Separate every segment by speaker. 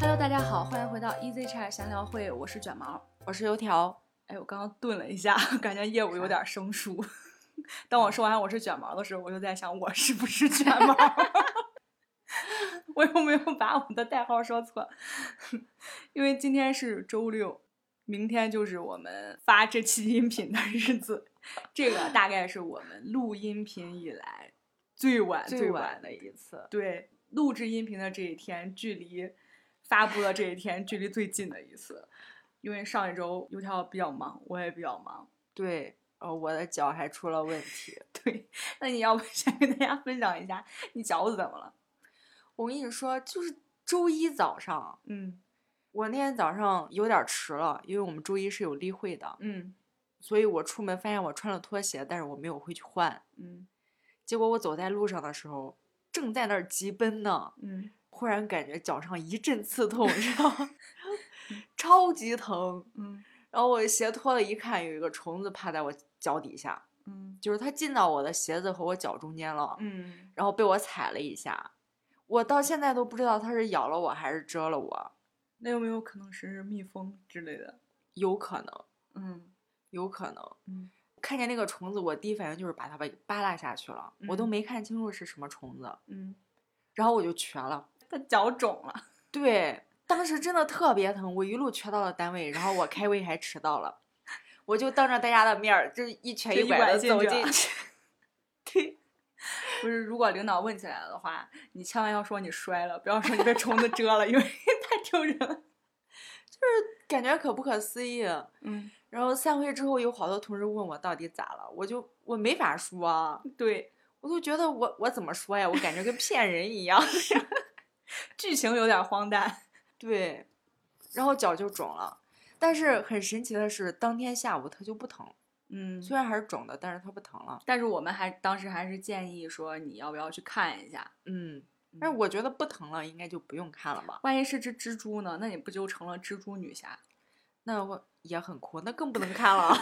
Speaker 1: Hello，大家好，欢迎回到 Easy Chat 闲聊会，我是卷毛，我是油条。哎，我刚刚顿了一下， 感觉业务有点生疏。 当我说完我是卷毛的时候，我就在想我是不是卷毛？我有没有把我的代号说错？ 因为今天是周六，明天就是我们发这期音频的日子。这个大概是我们录音频以来最晚
Speaker 2: 最
Speaker 1: 晚
Speaker 2: 晚的一次，
Speaker 1: 对，录制音频的这一天，距离发布的这一天，距离最近的一次。因为上一周油条比较忙，我也比较忙。
Speaker 2: 对，呃，我的脚还出了问题。
Speaker 1: 对，那你要不先跟大家分享一下你脚怎么了？
Speaker 2: 我跟你说，就是周一早上，
Speaker 1: 嗯
Speaker 2: 我那天早上有点迟了，因为我们周一是有例会的，
Speaker 1: 嗯
Speaker 2: 所以我出门发现我穿了拖鞋，但是我没有回去换。
Speaker 1: 嗯
Speaker 2: 结果我走在路上的时候，正在那儿急奔呢，
Speaker 1: 嗯
Speaker 2: 忽然感觉脚上一阵刺痛，你知道吗？超级疼。
Speaker 1: 嗯
Speaker 2: 然后我鞋脱了一看，有一个虫子趴在我脚底下，
Speaker 1: 嗯
Speaker 2: 就是它进到我的鞋子和我脚中间了。
Speaker 1: 嗯，
Speaker 2: 然后被我踩了一下，我到现在都不知道它是咬了我还是蛰了我，
Speaker 1: 那有没有可能是蜜蜂之类的？
Speaker 2: 有可能，
Speaker 1: 嗯
Speaker 2: 有可能。
Speaker 1: 嗯
Speaker 2: 看见那个虫子，我第一反应就是把它扒扒拉下去了，我都
Speaker 1: 嗯
Speaker 2: 没看清楚是什么虫子，
Speaker 1: 嗯，
Speaker 2: 然后我就瘸了。
Speaker 1: 他脚肿了。
Speaker 2: 对，当时真的特别疼，我一路瘸到了单位，然后我开会还迟到了， 我就当着大家的面儿，就是一瘸
Speaker 1: 就
Speaker 2: 一
Speaker 1: 一
Speaker 2: 拐
Speaker 1: 拐
Speaker 2: 的
Speaker 1: 进
Speaker 2: 走
Speaker 1: 去
Speaker 2: 进
Speaker 1: 了
Speaker 2: 去。
Speaker 1: 不是，如果领导问起来了的话，你千万要说你摔了，不要说你被虫子蛰了， 因为太丢人了。
Speaker 2: 感觉可不可思议。
Speaker 1: 嗯，
Speaker 2: 然后散会之后，有好多同事问我到底咋了，我就我没法说啊、
Speaker 1: 对，
Speaker 2: 我都觉得我我怎么说呀？我感觉跟骗人一样。
Speaker 1: 剧情有点荒诞。
Speaker 2: 对，然后脚就肿了，但是很神奇的是，当天下午它就不疼，
Speaker 1: 嗯
Speaker 2: 虽然还是肿的，但是它不疼了。
Speaker 1: 但是我们还当时还是建议说，你要不要去看一下？
Speaker 2: 嗯，但是我觉得不疼了，应该就不用看了吧？
Speaker 1: 万一是只蜘蛛呢？那你不就成了蜘蛛女侠？
Speaker 2: 那我也很哭，那更不能看了。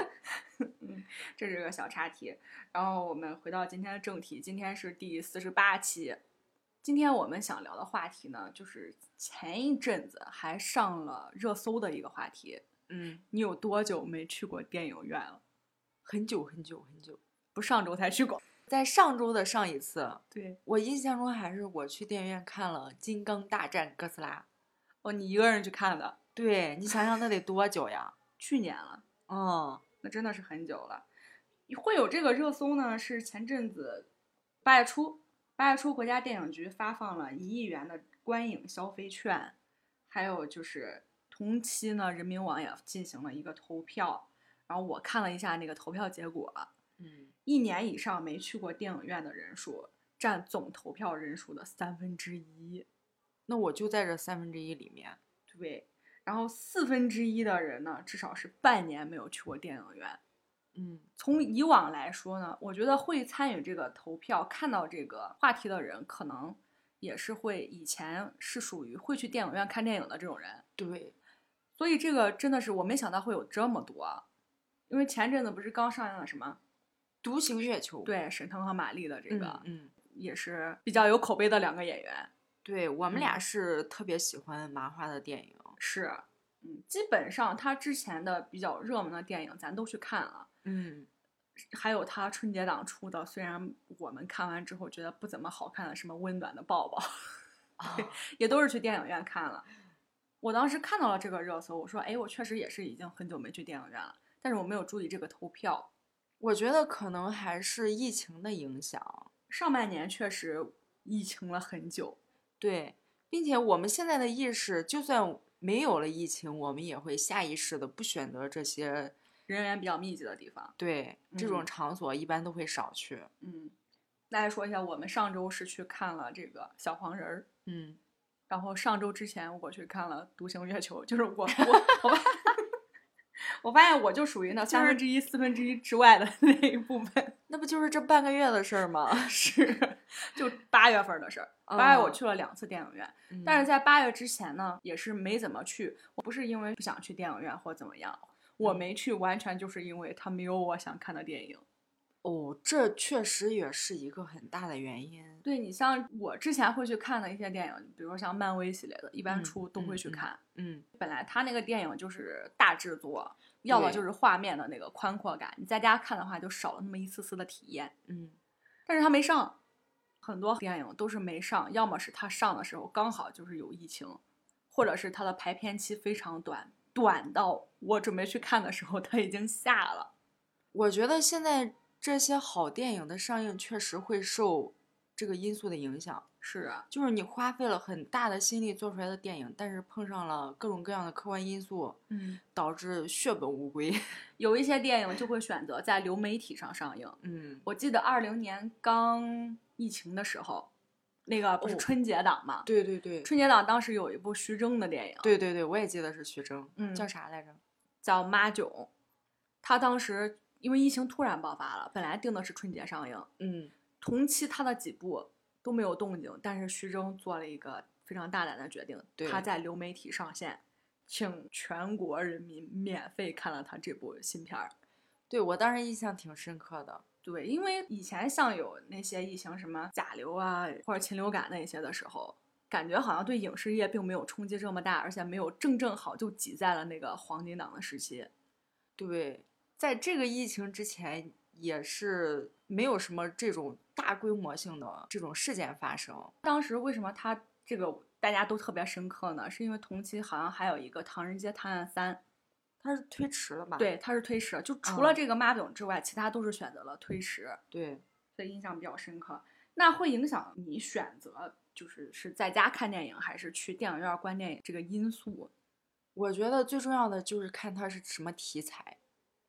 Speaker 1: 这是个小插题。然后我们回到今天的正题，今天是第四十八期。今天我们想聊的话题呢，就是前一阵子还上了热搜的一个话题：
Speaker 2: 嗯，
Speaker 1: 你有多久没去过电影院了？
Speaker 2: 很久很久很久，
Speaker 1: 不，上周才去过。
Speaker 2: 在上周的上一次，
Speaker 1: 对，
Speaker 2: 我印象中还是我去电影院看了《金刚大战哥斯拉》。
Speaker 1: 哦，你一个人去看的？
Speaker 2: 对你想想，那得多久呀？
Speaker 1: 去年了。
Speaker 2: 嗯，
Speaker 1: 那真的是很久了。会有这个热搜呢，是前阵子八月初，八月初国家电影局发放了一亿元的观影消费券，还有就是同期呢，人民网也进行了一个投票，然后我看了一下那个投票结果，
Speaker 2: 嗯，
Speaker 1: 一年以上没去过电影院的人数占总投票人数的三分之一。
Speaker 2: 那我就在这三分之一里面。
Speaker 1: 对，然后四分之一的人呢，至少是半年没有去过电影院。
Speaker 2: 嗯，
Speaker 1: 从以往来说呢，我觉得会参与这个投票、看到这个话题的人，可能也是会以前是属于会去电影院看电影的这种人，
Speaker 2: 对，
Speaker 1: 所以这个真的是我没想到会有这么多。因为前阵子不是刚上映了什么
Speaker 2: 独行月球，
Speaker 1: 对沈腾和马丽的这
Speaker 2: 这
Speaker 1: 个、
Speaker 2: 个，嗯，
Speaker 1: 也是比较有口碑的两个演员，
Speaker 2: 对我们俩
Speaker 1: 嗯
Speaker 2: 是特别喜欢麻花的电影，
Speaker 1: 是，嗯，基本上他之前的比较热门的电影咱都去看了，
Speaker 2: 嗯，
Speaker 1: 还有他春节档出的，虽然我们看完之后觉得不怎么好看的什么温暖的抱抱， 也都是去电影院看了。我当时看到了这个热搜，我说：“哎，我确实也是已经很久没去电影院了，但是我没有注意这个投票。
Speaker 2: 我觉得可能还是疫情的影响，
Speaker 1: 上半年确实疫情了很久，
Speaker 2: 对，并且我们现在的意识，就算没有了疫情，我们也会下意识的不选择这些，
Speaker 1: 人员比较密集的地方。
Speaker 2: 对，这种
Speaker 1: 嗯
Speaker 2: 场所一般都会少去，”
Speaker 1: 嗯，大家说一下，我们上周是去看了这个小黄人儿，
Speaker 2: 嗯，
Speaker 1: 然后上周之前我去看了《独行月球》，就是我我我发 我发现我就属于那三分之一、四分之一之外的 那一部分，
Speaker 2: 那不就是这半个月的事儿吗？
Speaker 1: 是就八月份的事儿。八月我
Speaker 2: 嗯
Speaker 1: 去了两次电影院，
Speaker 2: 嗯
Speaker 1: 但是在八月之前呢，也是没怎么去。我不是因为不想去电影院或怎么样，我
Speaker 2: 嗯
Speaker 1: 没去，完全就是因为它没有我想看的电影。
Speaker 2: 哦，这确实也是一个很大的原因。
Speaker 1: 对你像我之前会去看的一些电影，比如说像漫威系列的，一般
Speaker 2: 嗯
Speaker 1: 出都
Speaker 2: 嗯
Speaker 1: 会去
Speaker 2: 嗯
Speaker 1: 看。
Speaker 2: 嗯，
Speaker 1: 本来他那个电影就是大制作，要么
Speaker 2: 对
Speaker 1: 就是画面的那个宽阔感，你在家看的话就少了那么一丝丝的体验。
Speaker 2: 嗯，
Speaker 1: 但是他没上，很多电影都是没上，要么是他上的时候刚好就是有疫情，或者是他的排片期非常短，短到我准备去看的时候他已经下了。
Speaker 2: 我觉得现在这些好电影的上映确实会受这个因素的影响，
Speaker 1: 是啊，
Speaker 2: 就是你花费了很大的心力做出来的电影，但是碰上了各种各样的客观因素，
Speaker 1: 嗯，
Speaker 2: 导致血本无归。
Speaker 1: 有一些电影就会选择在流媒体上上映。
Speaker 2: 嗯，
Speaker 1: 我记得二零年刚疫情的时候，那个不是
Speaker 2: 哦
Speaker 1: 春节档嘛？
Speaker 2: 对对对，
Speaker 1: 春节档当时有一部徐峥的电影，
Speaker 2: 对对对，我也记得是徐峥，
Speaker 1: 嗯
Speaker 2: 叫啥来着？
Speaker 1: 叫《妈囧》，他当时因为疫情突然爆发了，本来定的是春节上映，
Speaker 2: 嗯，
Speaker 1: 同期他的几部都没有动静，但是徐峥做了一个非常大胆的决定，
Speaker 2: 对
Speaker 1: 他在流媒体上线，请全国人民免费看了他这部新片儿。
Speaker 2: 对我当时印象挺深刻的。
Speaker 1: 对，因为以前像有那些疫情什么甲流啊或者禽流感那些的时候，感觉好像对影视业并没有冲击这么大，而且没有正正好就挤在了那个黄金档的时期。
Speaker 2: 对，在这个疫情之前，也是没有什么这种大规模性的这种事件发生。
Speaker 1: 当时为什么他这个大家都特别深刻呢？是因为同期好像还有一个《唐人街探案三》，
Speaker 2: 它是推迟了吧？
Speaker 1: 对，它是推迟了，就除了
Speaker 2: 啊嗯
Speaker 1: 这个妈囧之外，其他都是选择了推迟，
Speaker 2: 对，
Speaker 1: 所以印象比较深刻。那会影响你选择，就是是在家看电影还是去电影院观电影这个因素。
Speaker 2: 我觉得最重要的就是看它是什么题材，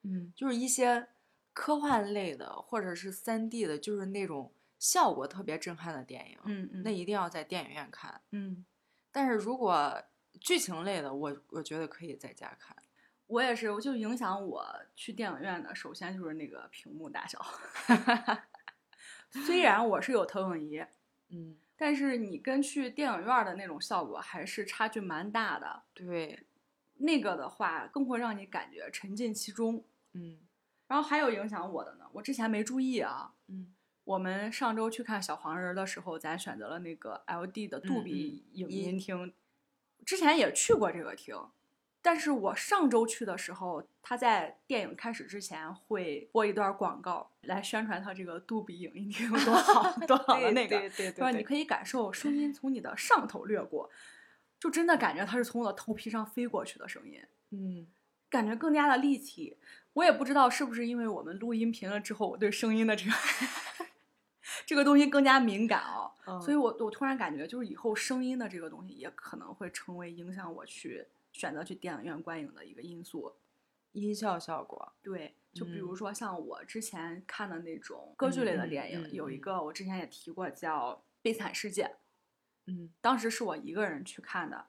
Speaker 1: 嗯，
Speaker 2: 就是一些科幻类的或者是三 D 的，就是那种效果特别震撼的电影，
Speaker 1: 嗯嗯，
Speaker 2: 那一定要在电影院看。
Speaker 1: 嗯，
Speaker 2: 但是如果剧情类的，我我觉得可以在家看。
Speaker 1: 我也是，我就影响我去电影院的，首先就是那个屏幕大小。 虽然我是有投影仪，
Speaker 2: 嗯，
Speaker 1: 但是你跟去电影院儿的那种效果还是差距蛮大的。
Speaker 2: 对，
Speaker 1: 那个的话，更会让你感觉沉浸其中。
Speaker 2: 嗯
Speaker 1: 然后还有影响我的呢，我之前没注意啊。
Speaker 2: 嗯，
Speaker 1: 我们上周去看小黄人儿的时候，咱选择了那个 LD 的杜
Speaker 2: 嗯
Speaker 1: 比影
Speaker 2: 音
Speaker 1: 音厅，之前也去过这个厅，但是我上周去的时候，他在电影开始之前会播一段广告来宣传他这个杜比影音厅有多 好多好的那个，
Speaker 2: 对对
Speaker 1: 对吧？你可以感受声音从你的上头掠过，就真的感觉它是从我的头皮上飞过去的声音，
Speaker 2: 嗯，
Speaker 1: 感觉更加的立体。我也不知道是不是因为我们录音频了之后，我对声音的这个 这个东西更加敏感哦，
Speaker 2: 嗯
Speaker 1: 所以我我突然感觉就是以后声音的这个东西也可能会成为影响我去选择去电影院观影的一个因素。
Speaker 2: 音效效果，
Speaker 1: 对，就比如
Speaker 2: 嗯
Speaker 1: 说像我之前看的那种歌剧类的
Speaker 2: 嗯嗯
Speaker 1: 电影，
Speaker 2: 嗯
Speaker 1: 有一
Speaker 2: 嗯
Speaker 1: 个我之前也提过叫《悲惨世界》，
Speaker 2: 嗯
Speaker 1: 当时是我一个人去看的，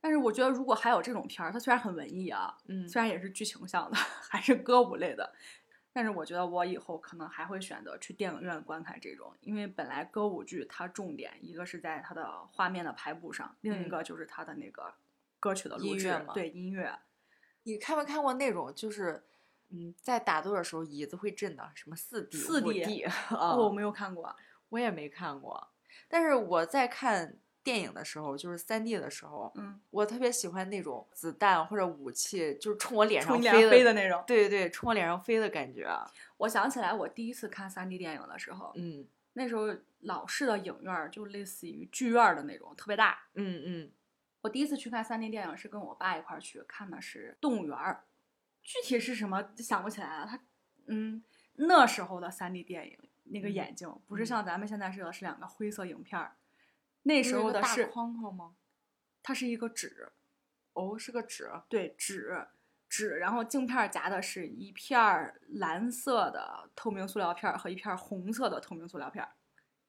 Speaker 1: 但是我觉得如果还有这种片儿，它虽然很文艺啊，
Speaker 2: 嗯
Speaker 1: 虽然也是剧情向的， 还是歌舞类的，但是我觉得我以后可能还会选择去电影院观看这种，因为本来歌舞剧它重点一个是在它的画面的排布上，另一
Speaker 2: 嗯
Speaker 1: 个就是它的那个歌曲的录
Speaker 2: 音
Speaker 1: 制，
Speaker 2: 乐嘛
Speaker 1: 对音乐，嗯
Speaker 2: 你看没看过那种就是，嗯，在打斗的时候椅子会震的，什么四 D、
Speaker 1: 四 D
Speaker 2: 啊，
Speaker 1: 哦我没有看过，
Speaker 2: 我也没看过，但是我在看电影的时候，就是三 D 的时候，
Speaker 1: 嗯，
Speaker 2: 我特别喜欢那种子弹或者武器，就是冲我脸
Speaker 1: 冲
Speaker 2: 上
Speaker 1: 你脸上飞
Speaker 2: 的，
Speaker 1: 的那种。
Speaker 2: 对对，冲我脸上飞的感觉，啊
Speaker 1: 我想起来，我第一次看3 D 电影的时候，
Speaker 2: 嗯
Speaker 1: 那时候老式的影院儿就类似于剧院儿的那种，特别大。
Speaker 2: 嗯嗯，
Speaker 1: 我第一次去看3 D 电影是跟我爸一块儿去看的是动物园儿，具体是什么想不起来了。他，嗯，那时候的3 D 电影那个
Speaker 2: 嗯
Speaker 1: 眼睛不是
Speaker 2: 嗯
Speaker 1: 像咱们现在似的，是两个灰色影片儿。那时
Speaker 2: 是
Speaker 1: 候
Speaker 2: 个
Speaker 1: 的
Speaker 2: 大
Speaker 1: 是
Speaker 2: 框框吗？
Speaker 1: 它是一个纸，
Speaker 2: 哦，是个纸，
Speaker 1: 对纸纸，然后镜片儿夹的是一片儿蓝色的透明塑料片儿和一片儿红色的透明塑料片儿。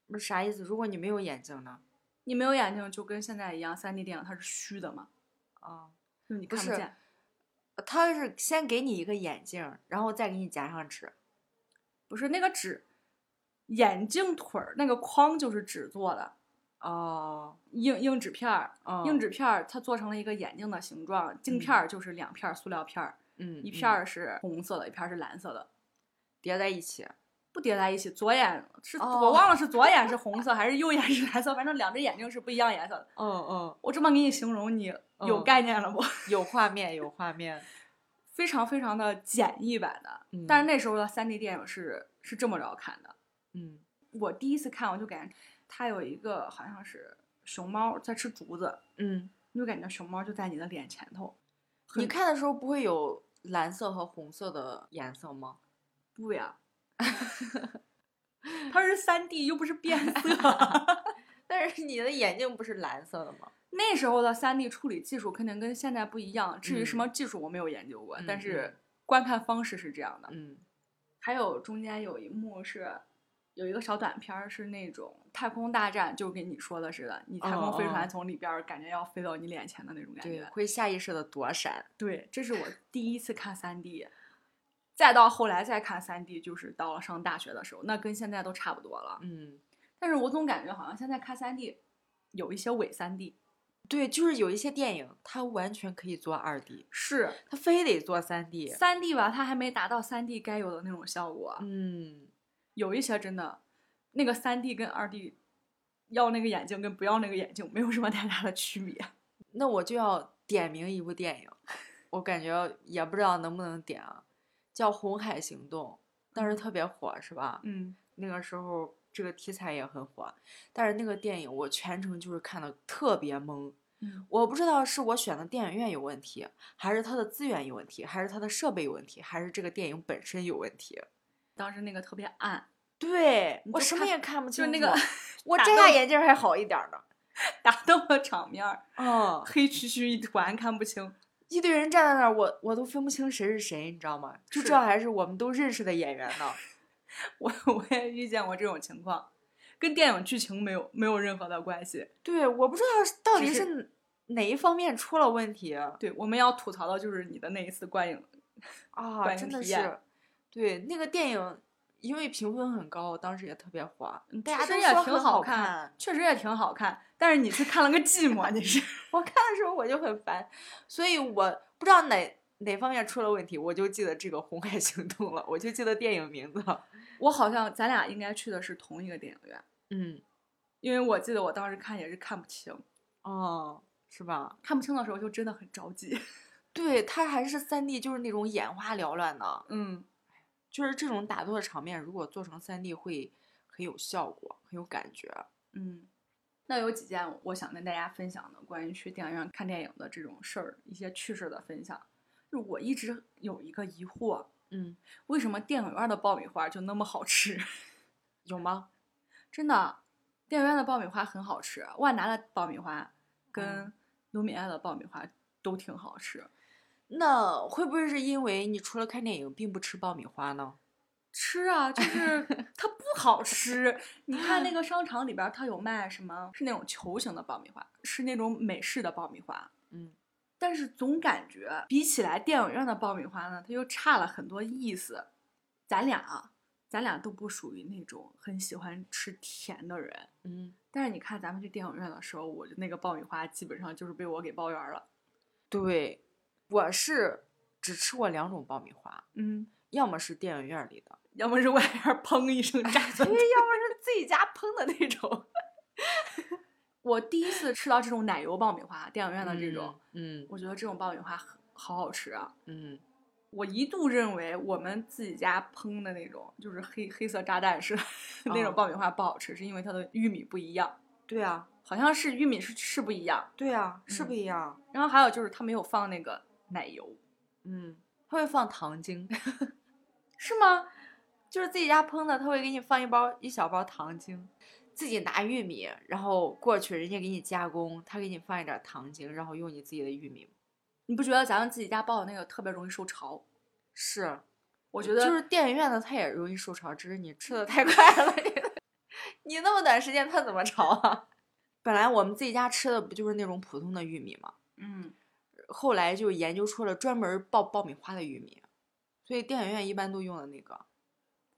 Speaker 2: 不是啥意思？如果你没有眼睛呢？
Speaker 1: 你没有眼睛就跟现在一样，3 D 电影它是虚的嘛，
Speaker 2: 啊，
Speaker 1: 就是你
Speaker 2: 不
Speaker 1: 看
Speaker 2: 是
Speaker 1: 见。
Speaker 2: 呃他是先给你一个眼镜，然后再给你夹上纸。
Speaker 1: 不是那个纸，眼镜腿儿那个框就是纸做的，
Speaker 2: 哦，
Speaker 1: 硬硬纸片儿，
Speaker 2: 哦
Speaker 1: 硬纸片儿它做成了一个眼镜的形状，镜片
Speaker 2: 嗯
Speaker 1: 儿就是两片儿塑料片儿，
Speaker 2: 嗯，
Speaker 1: 一
Speaker 2: 嗯
Speaker 1: 片儿是红色的，一片儿是蓝色的。
Speaker 2: 叠在一起。
Speaker 1: 不叠在一起，左眼是、
Speaker 2: 哦
Speaker 1: 我忘了是左眼是红色还是右眼是蓝色，反正两只眼睛是不一样颜色的。
Speaker 2: 嗯嗯，
Speaker 1: 我这么给你形容，你有
Speaker 2: 嗯
Speaker 1: 概念了不？
Speaker 2: 有画面有画面，
Speaker 1: 非常非常的简易版的，
Speaker 2: 嗯
Speaker 1: 但是那时候的三 D 电影是是这么着看的。
Speaker 2: 嗯
Speaker 1: 我第一次看，我就感觉它有一个好像是熊猫在吃竹子，
Speaker 2: 嗯，
Speaker 1: 你就感觉熊猫就在你的脸前头。
Speaker 2: 你
Speaker 1: 很
Speaker 2: 看的时候不会有蓝色和红色的颜色吗？
Speaker 1: 不呀， 它是三 D 又不是变色。
Speaker 2: 但是你的眼睛不是蓝色的吗？
Speaker 1: 那时候的三 D 处理技术肯定跟现在不一样，至于什
Speaker 2: 嗯
Speaker 1: 么技术我没有研究过，但
Speaker 2: 嗯
Speaker 1: 是观看方式是这样的。
Speaker 2: 嗯
Speaker 1: 还有中间有一幕是有一个小短片儿，是那种太空大战，就跟你说的似的，你太
Speaker 2: 哦
Speaker 1: 空飞船
Speaker 2: 哦
Speaker 1: 从里边儿感觉要飞到你脸前的那种感
Speaker 2: 对，
Speaker 1: 觉。
Speaker 2: 会下意识的躲闪。
Speaker 1: 对，这是我第一次看三 D，再到后来再看三 D，就是到了上大学的时候，那跟现在都差不多了。
Speaker 2: 嗯，
Speaker 1: 但是我总感觉好像现在看三 D 有一些伪三 D，
Speaker 2: 对，就是有一些电影，它完全可以做二 D，
Speaker 1: 是
Speaker 2: 它非得做三 D。
Speaker 1: 三 D 吧，它还没达到三 D 该有的那种效果。
Speaker 2: 嗯，
Speaker 1: 有一些真的，那个三 D 跟二 D 要那个眼镜跟不要那个眼镜没有什么太大的区别。
Speaker 2: 那我就要点名一部电影，我感觉也不知道能不能点啊，叫《红海行动》，当时特别火，是吧？
Speaker 1: 嗯，
Speaker 2: 那个时候这个题材也很火，但是那个电影我全程就是看的特别懵，
Speaker 1: 嗯
Speaker 2: 我不知道是我选的电影院有问题，还是它的资源有问题，还是它的设备有问题，还是这个电影本身有问题。
Speaker 1: 当时那个特别暗，
Speaker 2: 对
Speaker 1: 你
Speaker 2: 我
Speaker 1: 就
Speaker 2: 什么
Speaker 1: 看
Speaker 2: 也看不
Speaker 1: 就
Speaker 2: 清
Speaker 1: 是那
Speaker 2: 楚，
Speaker 1: 个
Speaker 2: 我
Speaker 1: 打
Speaker 2: 摘
Speaker 1: 斗
Speaker 2: 下眼镜儿还好一点儿呢。
Speaker 1: 打斗的场面儿，
Speaker 2: 嗯，
Speaker 1: 黑黢黢一团，看不清。
Speaker 2: 一堆人站在那儿，我我都分不清谁是谁，你知道吗？就是这还是我们都认识的演员 呢。
Speaker 1: 我 我也遇见过这种情况，跟电影剧情没有没有任何的关系。
Speaker 2: 对，我不知道是到
Speaker 1: 只
Speaker 2: 底
Speaker 1: 是
Speaker 2: 是哪一方面出了问题啊，
Speaker 1: 对，我们要吐槽的就是你的那一次观影，观影
Speaker 2: 啊真的
Speaker 1: 体验
Speaker 2: 是。对，那个电影因为评分很高，当时也特别火，
Speaker 1: 嗯
Speaker 2: 大家
Speaker 1: 确
Speaker 2: 都
Speaker 1: 实也
Speaker 2: 说
Speaker 1: 挺
Speaker 2: 很
Speaker 1: 好
Speaker 2: 好
Speaker 1: 看。确实也挺好看，但是你去看了个寂 寞，你是
Speaker 2: 我看的时候我就很烦，所以我不知道哪哪方面出了问题，我就记得这个《红海行动》了，我就记得电影名字了。
Speaker 1: 我好像咱俩应该去的是同一个电影院，
Speaker 2: 嗯，
Speaker 1: 因为我记得我当时看也是看不清，
Speaker 2: 哦，是吧？
Speaker 1: 看不清的时候就真的很着急。
Speaker 2: 对，它还是三 D，就是那种眼花缭乱的。
Speaker 1: 嗯，
Speaker 2: 就是这种打斗的场面，如果做成三 D 会很有效果，很有感觉。
Speaker 1: 嗯，那有几件我想跟大家分享的关于去电影院看电影的这种事儿，一些趣事的分享。就我一直有一个疑惑，
Speaker 2: 嗯，
Speaker 1: 为什么电影院的爆米花就那么好吃？
Speaker 2: 有吗？
Speaker 1: 真的，电影院的爆米花很好吃，万达的爆米花跟
Speaker 2: 嗯
Speaker 1: 卢米埃的爆米花都挺好吃。
Speaker 2: 那会不会是因为你除了看电影，并不吃爆米花呢？
Speaker 1: 吃啊，就是它不好吃。你看那个商场里边儿，它有卖什么？是那种球形的爆米花，是那种美式的爆米花。
Speaker 2: 嗯，
Speaker 1: 但是总感觉比起来电影院的爆米花呢，它又差了很多意思。咱俩啊，咱俩都不属于那种很喜欢吃甜的人。
Speaker 2: 嗯，
Speaker 1: 但是你看咱们去电影院的时候，我的那个爆米花基本上就是被我给包圆儿了。
Speaker 2: 对，我是只吃过两种爆米花，
Speaker 1: 嗯，
Speaker 2: 要么是电影院里的，
Speaker 1: 要么是外边儿砰一声炸
Speaker 2: 哎对，要
Speaker 1: 出
Speaker 2: 么
Speaker 1: 来。
Speaker 2: 是自己家烹的那种。
Speaker 1: 我第一次吃到这种奶油爆米花，电影院的这种，
Speaker 2: 嗯，
Speaker 1: 我觉得这种爆米花很好好吃啊！
Speaker 2: 嗯
Speaker 1: 我一度认为我们自己家烹的那种，就是黑黑色炸弹似的 那种
Speaker 2: 哦
Speaker 1: 爆米花不好吃，是因为它的玉米不一样，
Speaker 2: 嗯，对啊，
Speaker 1: 好像是玉米是是不一样。
Speaker 2: 对啊，是
Speaker 1: 嗯
Speaker 2: 不一样。
Speaker 1: 然后还有就是它没有放那个奶油，
Speaker 2: 嗯，它会放糖精，
Speaker 1: 是吗？
Speaker 2: 就是自己家烹的，他会给你放一包一小包糖精，自己拿玉米，然后过去人家给你加工，他给你放一点糖精，然后用你自己的玉米。
Speaker 1: 你不觉得咱们自己家爆的那个特别容易受潮？
Speaker 2: 是，
Speaker 1: 我觉得
Speaker 2: 就是电影院的它也容易受潮，只是你吃的太快了，你你那么短时间它怎么潮啊？ 本来我们自己家吃的不就是那种普通的玉米吗？
Speaker 1: 嗯，
Speaker 2: 后来就研究出了专门爆爆米花的玉米，所以电影院一般都用的那个。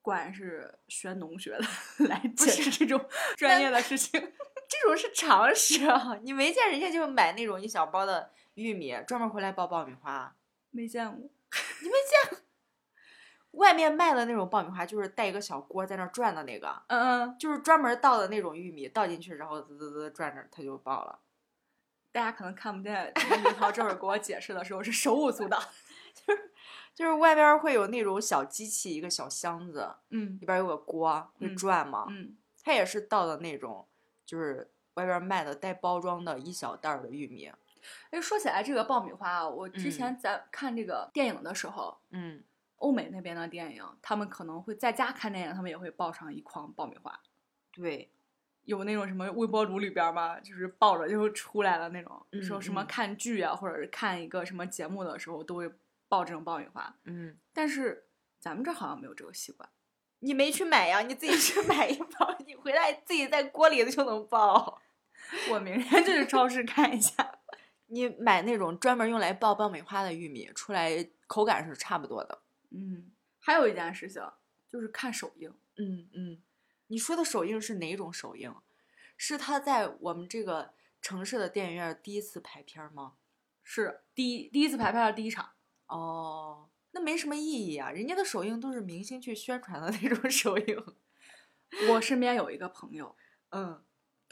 Speaker 1: 果然是学农学的 来解
Speaker 2: 是
Speaker 1: 释这种专业的事情。
Speaker 2: 这种是常识啊！你没见人家就买那种一小包的玉米，专门回来爆爆米花，
Speaker 1: 没见过，
Speaker 2: 你没见？外面卖的那种爆米花，就是带一个小锅在那儿转的那个，
Speaker 1: 嗯嗯，
Speaker 2: 就是专门倒的那种玉米，倒进去然后滋滋滋转着它就爆了。
Speaker 1: 大家可能看不见，李涛这会儿给我解释的时候是手舞足 蹈。
Speaker 2: 就是外边儿会有那种小机器，一个小箱子，
Speaker 1: 嗯
Speaker 2: 里边儿有个锅会
Speaker 1: 嗯
Speaker 2: 转嘛，
Speaker 1: 嗯
Speaker 2: 它也是倒的那种，就是外边儿卖的带包装的一小袋儿的玉米。
Speaker 1: 哎，说起来这个爆米花啊，我之
Speaker 2: 嗯
Speaker 1: 前在看这个电影的时候，
Speaker 2: 嗯，
Speaker 1: 欧美那边的电影，他们可能会在家看电影，他们也会爆上一筐爆米花，
Speaker 2: 对，
Speaker 1: 有那种什么微波炉里边儿嘛，就是爆着就出来了那种。
Speaker 2: 嗯
Speaker 1: 说什么
Speaker 2: 嗯
Speaker 1: 看剧啊，或者是看一个什么节目的时候，都会爆这种爆米花。
Speaker 2: 嗯，
Speaker 1: 但是咱们这儿好像没有这个习惯。
Speaker 2: 你没去买呀，你自己 去买一包，你回来自己在锅里就能爆。
Speaker 1: 我明天就去超市看一下。
Speaker 2: 你买那种专门用来爆爆米花的玉米，出来口感是差不多的。
Speaker 1: 嗯，还有一件事情就是看首映。
Speaker 2: 嗯嗯，你说的首映是哪种首映？是他在我们这个城市的电影院儿第一次排片儿吗？
Speaker 1: 是第一第一次排片的第一场，
Speaker 2: 哦，那没什么意义啊，人家的首映都是明星去宣传的那种首映。
Speaker 1: 我身边有一个朋友，
Speaker 2: 嗯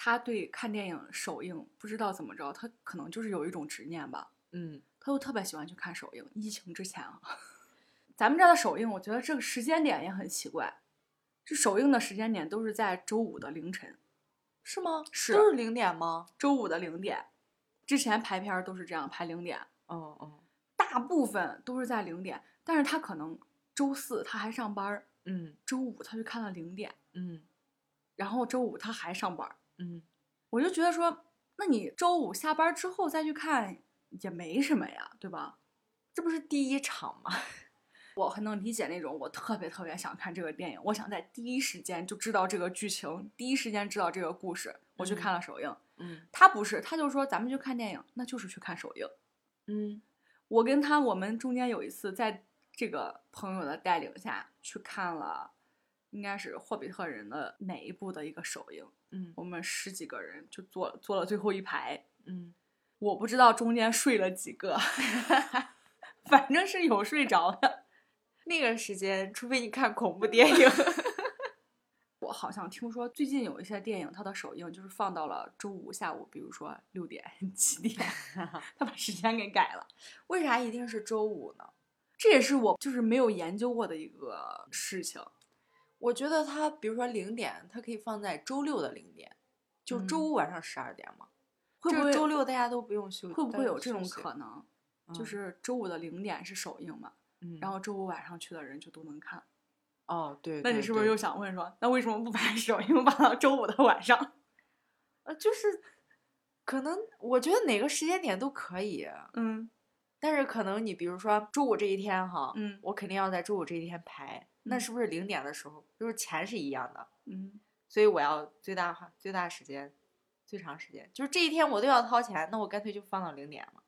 Speaker 1: 他对看电影首映不知道怎么着，他可能就是有一种执念吧，
Speaker 2: 嗯，
Speaker 1: 他就特别喜欢去看首映。疫情之前啊， 咱们这儿的首映，我觉得这个时间点也很奇怪，这首映的时间点都是在周五的凌晨，
Speaker 2: 是吗？
Speaker 1: 是
Speaker 2: 都是零点吗？
Speaker 1: 周五的零点，之前排片儿都是这样排零点，
Speaker 2: 嗯嗯
Speaker 1: 大部分都是在零点，但是他可能周四他还上班儿，
Speaker 2: 嗯
Speaker 1: 周五他去看了零点，
Speaker 2: 嗯
Speaker 1: 然后周五他还上班儿，
Speaker 2: 嗯，
Speaker 1: 我就觉得说，那你周五下班之后再去看也没什么呀，对吧？
Speaker 2: 这不是第一场吗？
Speaker 1: 我很能理解那种我特别特别想看这个电影，我想在第一时间就知道这个剧情，第一时间知道这个故事，我去看了首映。
Speaker 2: 嗯
Speaker 1: 他不是，他就说咱们去看电影，那就是去看首映。
Speaker 2: 嗯
Speaker 1: 我跟他，我们中间有一次在这个朋友的带领下去看了，应该是《霍比特人》的哪一部的一个首映，
Speaker 2: 嗯
Speaker 1: 我们十几个人就坐坐了最后一排，
Speaker 2: 嗯，
Speaker 1: 我不知道中间睡了几个， 反正是有睡着的。
Speaker 2: 那个时间，除非你看恐怖电影。
Speaker 1: 我好像听说最近有一些电影，它的首映就是放到了周五下午，比如说六点、七 点，他把时间给改了。
Speaker 2: 为啥一定是周五呢？
Speaker 1: 这也是我就是没有研究过的一个事情。
Speaker 2: 我觉得它，比如说零点，它可以放在周六的零点，就周
Speaker 1: 嗯
Speaker 2: 五晚上十二点嘛。
Speaker 1: 会不
Speaker 2: 就是
Speaker 1: 会
Speaker 2: 周六大家都不用休？
Speaker 1: 会不
Speaker 2: 都
Speaker 1: 会有
Speaker 2: 休
Speaker 1: 这种
Speaker 2: 息
Speaker 1: 可能？就
Speaker 2: 嗯
Speaker 1: 是周五的零点是首映嘛，
Speaker 2: 嗯
Speaker 1: 然后周五晚上去的人就都能看。
Speaker 2: 哦，对，
Speaker 1: 那你
Speaker 2: 对
Speaker 1: 是不是
Speaker 2: 对
Speaker 1: 又想问说，那为什么不把 首映放到周五的晚上？
Speaker 2: 呃，就是可能我觉得哪个时间点都可以，
Speaker 1: 嗯
Speaker 2: 但是可能你比如说周五这一天哈，
Speaker 1: 嗯
Speaker 2: 我肯定要在周五这一天排，那
Speaker 1: 嗯
Speaker 2: 是不是零点的时候就是钱是一样的，
Speaker 1: 嗯
Speaker 2: 所以我要最大化最大时间，最长时间，就是这一天我都要掏钱，那我干脆就放到零点嘛。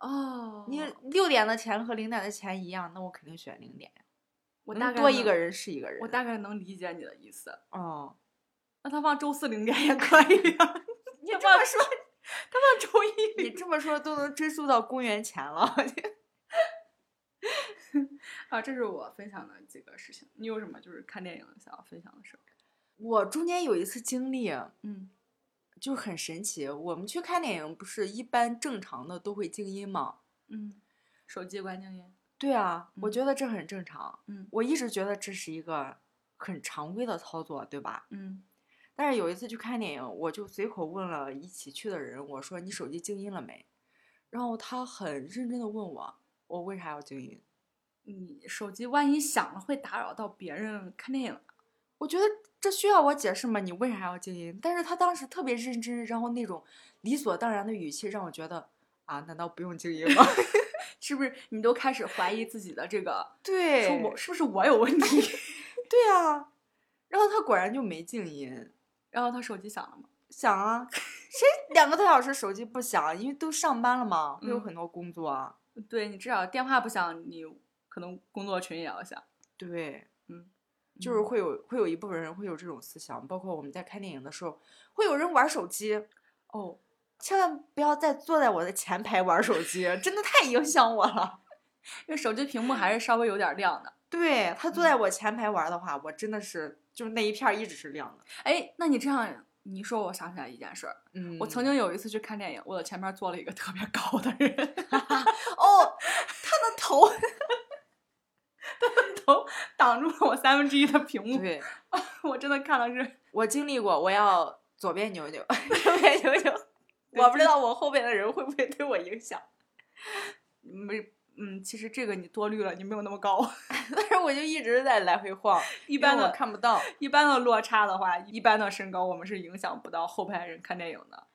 Speaker 1: 哦，
Speaker 2: 你六点的钱和零点的钱一样，那我肯定选零点呀，
Speaker 1: 我
Speaker 2: 能
Speaker 1: 大概
Speaker 2: 多一
Speaker 1: 能
Speaker 2: 个人是一个人。
Speaker 1: 我大概能理解你的意思。
Speaker 2: 哦，
Speaker 1: 那他放周四零点也可以啊，
Speaker 2: 你这么说，
Speaker 1: 他放周一
Speaker 2: 你
Speaker 1: 零
Speaker 2: 这么说都能追溯到公元前了。
Speaker 1: 啊。这是我分享的几个事情。你有什么就是看电影想要分享的事儿？
Speaker 2: 我中间有一次经历，
Speaker 1: 嗯
Speaker 2: 就很神奇。我们去看电影，不是一般正常的都会静音吗？
Speaker 1: 嗯，手机关静音。
Speaker 2: 对啊，我
Speaker 1: 嗯
Speaker 2: 觉得这很正常。
Speaker 1: 嗯
Speaker 2: 我一直觉得这是一个很常规的操作，对吧？
Speaker 1: 嗯
Speaker 2: 但是有一次去看电影，我就随口问了一起去的人，我说：“你手机静音了没？”然后他很认真的问我：“我为啥要静音
Speaker 1: 你手机万一响了，会打扰到别人看电影。？”
Speaker 2: 我觉得这需要我解释吗？你为啥要静音？但是他当时特别认真，然后那种理所当然的语气让我觉得啊，难道不用静音吗？
Speaker 1: 是不是你都开始怀疑自己的这个？
Speaker 2: 对，
Speaker 1: 说我是不是我有问题？
Speaker 2: 对啊，然后他果然就没静音，
Speaker 1: 然后他手机响了吗？
Speaker 2: 响啊， 谁两个多小时手机不响？因为都上班了嘛，会有
Speaker 1: 嗯
Speaker 2: 很多工作啊。
Speaker 1: 对你至少电话不响，你可能工作群也要响。
Speaker 2: 对，
Speaker 1: 嗯，
Speaker 2: 就是
Speaker 1: 嗯
Speaker 2: 会有会有一部分人会有这种思想，包括我们在看电影的时候，会有人玩手机，
Speaker 1: 哦，
Speaker 2: 千万不要再坐在我的前排玩手机，真的太影响我了。
Speaker 1: 因为手机屏幕还是稍微有点亮的。
Speaker 2: 对他坐在我前排玩的话，我真的是就是那一片儿一直是亮的。
Speaker 1: 哎，那你这样你一说，我想起来一件事儿。
Speaker 2: 嗯
Speaker 1: 我曾经有一次去看电影，我的前面坐了一个特别高的人，
Speaker 2: 哦，他的 头
Speaker 1: 头挡住了我三分之一的屏幕，
Speaker 2: 对，
Speaker 1: 我真的看了是
Speaker 2: 我经历过，我要左边扭 扭，右边扭扭，
Speaker 1: 对
Speaker 2: 我不知道我后边的人会不会对我影响，
Speaker 1: 没。嗯，其实这个你多虑了，你没有那么高。
Speaker 2: 但是我就一直在来回晃，
Speaker 1: 一
Speaker 2: 一
Speaker 1: 般的
Speaker 2: 看不到。
Speaker 1: 一般的落差的话，一般的身高我们是影响不到后排人看电影的。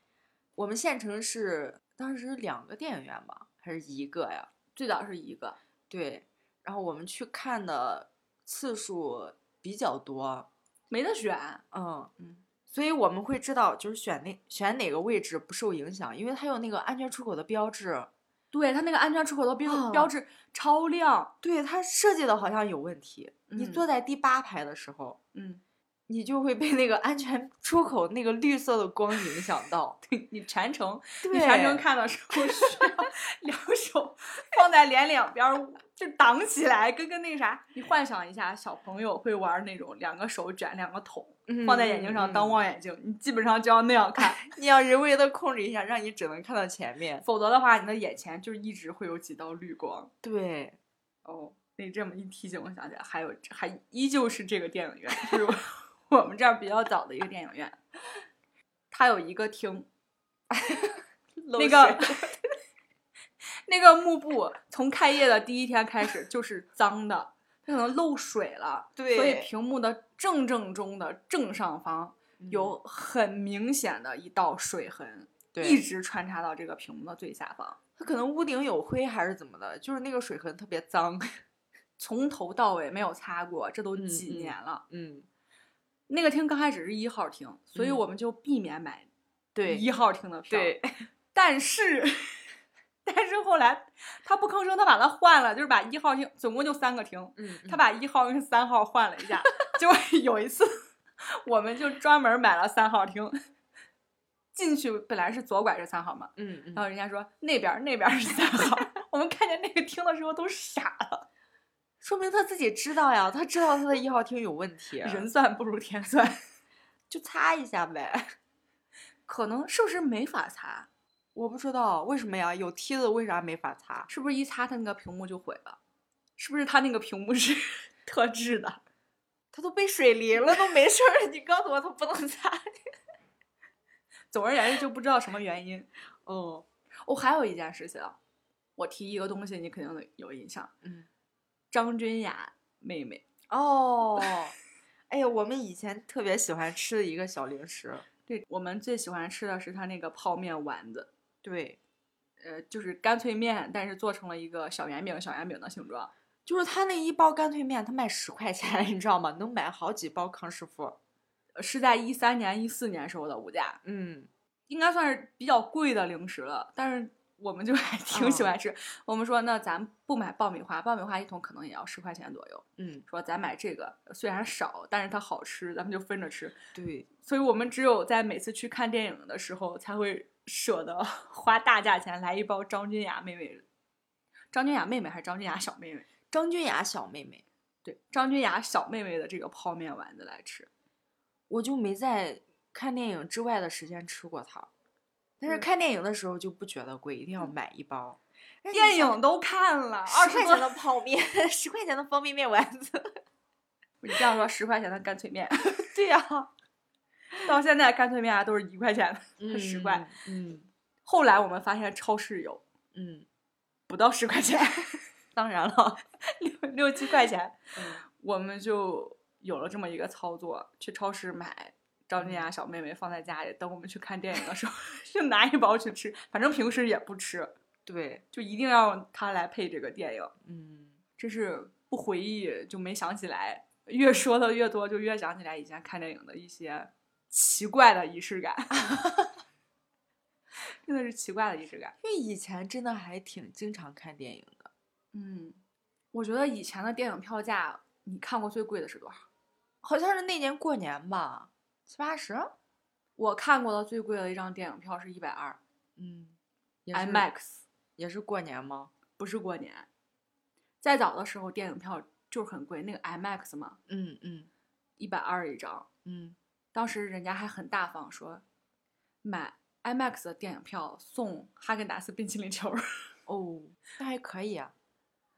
Speaker 2: 我们县城是当时两个电影院吧，还是一个呀？
Speaker 1: 最早是一个，
Speaker 2: 对，然后我们去看的次数比较多，
Speaker 1: 没得选。
Speaker 2: 嗯
Speaker 1: 嗯，
Speaker 2: 所以我们会知道就是选那选哪个位置不受影响，因为它有那个安全出口的标志。
Speaker 1: 对它那个安全出口的标、
Speaker 2: 哦
Speaker 1: 标志超亮。
Speaker 2: 对它设计的好像有问题。你
Speaker 1: 嗯
Speaker 2: 坐在第八排的时候，
Speaker 1: 嗯，。
Speaker 2: 你就会被那个安全出口那个绿色的光影响到
Speaker 1: 对你全程你
Speaker 2: 对，
Speaker 1: 全程看的时候需 要两手放在脸两边儿就挡起来，跟跟那啥。你幻想一下，小朋友会玩那种两个手卷两个桶放在眼睛上当
Speaker 2: 嗯。
Speaker 1: 望远镜，你基本上就要那样看，
Speaker 2: 你要人为的控制一下，让你只能看到前面。
Speaker 1: 否则的话，你的眼前就一直会有几道绿光。
Speaker 2: 对，
Speaker 1: 哦，你这么一提醒，我想起来，还有还依旧是这个电影院，就是我 我们这儿比较早的一个电影院，它有一个厅，那
Speaker 2: 那
Speaker 1: 个
Speaker 2: 个
Speaker 1: 那个幕布从开业的第一天开始就是脏的，它可能漏水了，所以
Speaker 2: 对
Speaker 1: 屏幕的正正中的正上方
Speaker 2: 嗯
Speaker 1: 有很明显的一道水痕，一
Speaker 2: 嗯对，
Speaker 1: 直穿插到这个屏幕的最下方，
Speaker 2: 它可能屋顶有灰还是怎么的，就是那个水痕特别脏。
Speaker 1: 从头到尾没有擦过，这都
Speaker 2: 嗯
Speaker 1: 几
Speaker 2: 嗯
Speaker 1: 年了。
Speaker 2: 嗯，
Speaker 1: 那个厅刚开始是一号厅，所以
Speaker 2: 嗯
Speaker 1: 我们就避免买
Speaker 2: 对
Speaker 1: 一号厅的票。
Speaker 2: 对，
Speaker 1: 但是 但是后来他不吭声，他把它换了，就是把一号厅总共就三个厅，
Speaker 2: 嗯，
Speaker 1: 他把一号跟三号换了一 下。结果有一次，我们就专门买了三号厅，进去本来是左拐是三号嘛，
Speaker 2: 嗯嗯
Speaker 1: 然后人家说那边儿那边儿是三 号，我们看见那个厅的时候都傻了，
Speaker 2: 说明他自己知道呀，他知道他的一号厅有问题，
Speaker 1: 人算不如天算，
Speaker 2: 就擦一下呗。
Speaker 1: 可能是不是没法擦？
Speaker 2: 我不知道为什么呀，有梯子为啥没法擦？
Speaker 1: 是不是一擦它那个屏幕就毁了？是不是它那个屏幕是 特制的？
Speaker 2: 它都被水淋了都没事儿，你告诉我它不能擦。
Speaker 1: 总而言之，就不知道什么原因。
Speaker 2: 哦，
Speaker 1: 哦，还有一件事情啊，我提一个东西，你肯定得有印象。
Speaker 2: 嗯，
Speaker 1: 张君雅妹妹，
Speaker 2: 哦，哎呀，我们以前特别喜欢吃的一个小零食，
Speaker 1: 对我们最喜欢吃的是她那个泡面丸子，
Speaker 2: 对，
Speaker 1: 呃，就是干脆面，但是做成了一个小圆饼、小圆饼的形状。
Speaker 2: 就是它那一包干脆面，它卖十块钱，你知道吗？能买好几包康师傅。
Speaker 1: 呃是在一三年、一四年时候的物价，
Speaker 2: 嗯，
Speaker 1: 应该算是比较贵的零食了，但是我们就还 挺喜欢吃。我们说，那咱不买爆米花，爆米花一桶可能也要十块钱左右。
Speaker 2: 嗯，
Speaker 1: 说咱买这个虽然少，但是它好吃，咱们就分着吃。
Speaker 2: 对，
Speaker 1: 所以我们只有在每次去看电影的时候，才会舍得 花大价钱来一包张君雅妹妹。张君雅妹妹还是张君雅小妹妹？
Speaker 2: 张君雅小妹妹，
Speaker 1: 对，张君雅小妹妹的这个泡面丸子来吃。
Speaker 2: 我就没在看电影之外的时间吃过它，但是
Speaker 1: 嗯
Speaker 2: 看电影的时候就不觉得贵，一定要买一包。但是你
Speaker 1: 电
Speaker 2: 想
Speaker 1: 影都看了，二
Speaker 2: 十
Speaker 1: 十
Speaker 2: 啊块
Speaker 1: 多
Speaker 2: 钱的泡面，十块钱的方便面丸子。
Speaker 1: 你这样说，十块钱的干脆面，
Speaker 2: 对呀、
Speaker 1: 到现在干脆面啊都是一块钱的。十块。
Speaker 2: 嗯
Speaker 1: 后来我们发现超市有
Speaker 2: 嗯，
Speaker 1: 不到十块钱，
Speaker 2: 当然了。
Speaker 1: 六六七块钱，
Speaker 2: 嗯
Speaker 1: 我们就有了这么一个操作：去超市买张君雅小妹妹放在家里，等我们去看电影的时候 就拿一包去吃。反正平时也不吃，
Speaker 2: 对，
Speaker 1: 就一定要用它来配这个电影。
Speaker 2: 嗯，
Speaker 1: 真是不回忆就没想起来，越说的越多，就越想起来以前看电影的一些奇怪的仪 式感，真的是奇怪的仪式感。
Speaker 2: 因为以前真的还挺经常看电影的，
Speaker 1: 嗯，我觉得以前的电影票价，你看过最贵的是多少？
Speaker 2: 好像是那年过年吧，七八十。
Speaker 1: 我看过的最贵的一张电影票是一百二
Speaker 2: 嗯也是
Speaker 1: ，IMAX，
Speaker 2: 也是过年吗？
Speaker 1: 不是过年。再早的时候，电影票就是很贵，那个 IMAX 嘛，
Speaker 2: 嗯嗯
Speaker 1: 一百二一张。
Speaker 2: 嗯，
Speaker 1: 当时人家还很大方说，买 IMAX 的电影票送哈根达斯冰淇淋球儿。
Speaker 2: 哦，那还可以啊。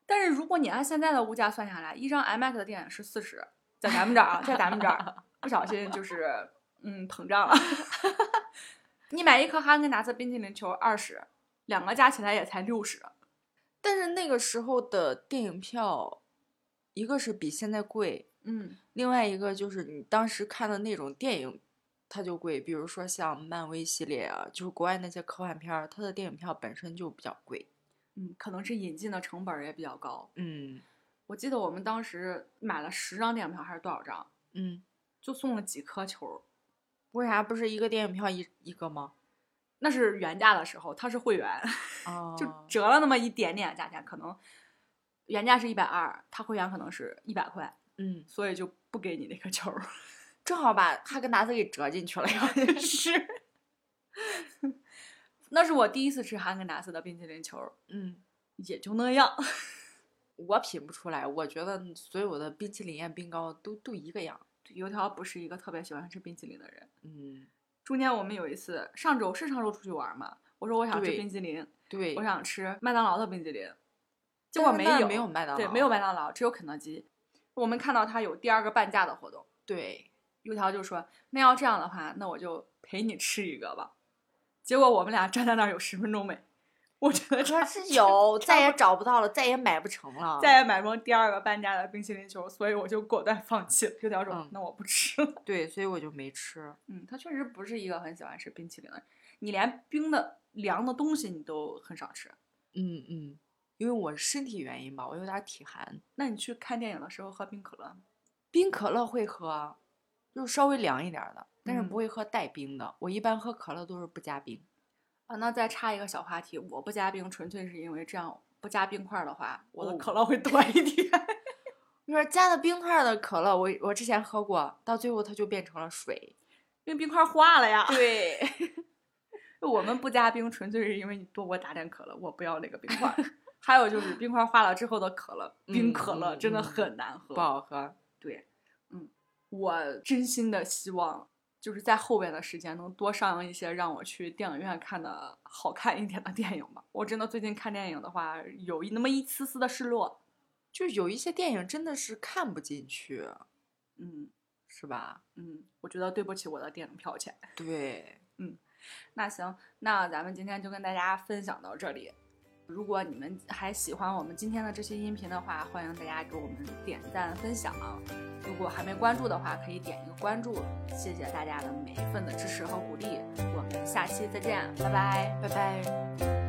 Speaker 1: 但是如果你按现在的物价算下来，一张 IMAX 的电影是四十，在咱们这儿啊，在咱们这儿不小心就是嗯膨胀了。 你买一颗哈根达斯冰淇淋球二十，两个加起来也才六十。
Speaker 2: 但是那个时候的电影票，一个是比现在贵，
Speaker 1: 嗯
Speaker 2: 另外一个就是你当时看的那种电影，它就贵。比如说像漫威系列啊，就是国外那些科幻片儿，它的电影票本身就比较贵。
Speaker 1: 嗯，可能是引进的成本儿也比较高。
Speaker 2: 嗯
Speaker 1: 我记得我们当时买了十张电影票还是多少张，
Speaker 2: 嗯，
Speaker 1: 就送了几颗球儿。
Speaker 2: 为啥不是一个电影票一一个吗？
Speaker 1: 那是原价的时候，它是会员，
Speaker 2: 哦
Speaker 1: 就折了那么一点点价钱，可能原价是一百二，它会员可能是一百块，
Speaker 2: 嗯，
Speaker 1: 所以就不给你那颗球儿。
Speaker 2: 正好把哈根达斯给折进去了 呀。
Speaker 1: 是， 那是我第一次吃哈根达斯的冰淇淋球儿，
Speaker 2: 嗯，
Speaker 1: 也就那样。
Speaker 2: 我品不出来，我觉得所有的冰淇淋啊、冰糕都都一个样。
Speaker 1: 油条不是一个特别喜欢吃冰淇淋的人。
Speaker 2: 嗯，
Speaker 1: 中间我们有一次，上周是上周出去玩嘛，我说我想吃
Speaker 2: 对
Speaker 1: 冰淇淋，
Speaker 2: 对，
Speaker 1: 我想吃麦当劳的冰淇淋，结
Speaker 2: 但
Speaker 1: 果
Speaker 2: 是
Speaker 1: 没
Speaker 2: 那儿
Speaker 1: 有，
Speaker 2: 没有麦当劳，
Speaker 1: 对，没有麦当劳，只有肯德基。我们看到它有第二个半价的活动，
Speaker 2: 对，
Speaker 1: 油条就说：“那要这样的话，那我就陪你吃一个吧。”结果我们俩站在那儿有十分钟没，我觉得
Speaker 2: 可是有， 再也找不到了，再也买不成了。
Speaker 1: 再也买不上第二个半价的冰淇淋球，所以我就果断放弃了。油条说：“
Speaker 2: 嗯
Speaker 1: 那我不吃 了。
Speaker 2: 对，所以我就没吃。”
Speaker 1: 嗯，他确实不是一个很喜欢吃冰淇淋的人，你连冰的凉的东西你都很少吃。
Speaker 2: 嗯嗯，因为我身体原因吧，我有点儿体寒，
Speaker 1: 那你去看电影的时候喝冰可乐吗？
Speaker 2: 冰可乐会喝，就是稍微凉一点儿的，但是
Speaker 1: 嗯
Speaker 2: 不会喝带冰的。我一般喝可乐都是不加冰。
Speaker 1: 啊，那再插一个小话题，我不加冰，纯粹是因为这样不加冰块儿的话，我的
Speaker 2: 哦
Speaker 1: 可乐会多一点。
Speaker 2: 你说加了冰块儿的可乐，我我之前喝过，到最后它就变成了水。
Speaker 1: 因为冰块化了呀。
Speaker 2: 对，
Speaker 1: 我们不加冰，纯粹是因为你多给我打点可乐，我不要那个冰块儿。 还有就是冰块化了之后的可乐，冰
Speaker 2: 嗯
Speaker 1: 可乐
Speaker 2: 嗯
Speaker 1: 真的
Speaker 2: 嗯
Speaker 1: 很难喝。
Speaker 2: 不好喝。
Speaker 1: 对，嗯，我真心的希望就是在后边的时间能多上映一些让我去电影院看的好看一点的电影吧。我真的最近看电影的话，有一那么一丝丝的失落。
Speaker 2: 就有一些电影真的是看不进去，
Speaker 1: 嗯
Speaker 2: 是吧？
Speaker 1: 嗯，我觉得对不起我的电影票钱。
Speaker 2: 对，
Speaker 1: 那行，那咱们今天就跟大家分享到这里。如果你们还喜欢我们今天的这期音频的话，欢迎大家给我们点赞分享。如果还没关注的话，可以点一个关注。谢谢大家的每一份的支持和鼓励，我们下期再见，拜拜。
Speaker 2: 拜拜。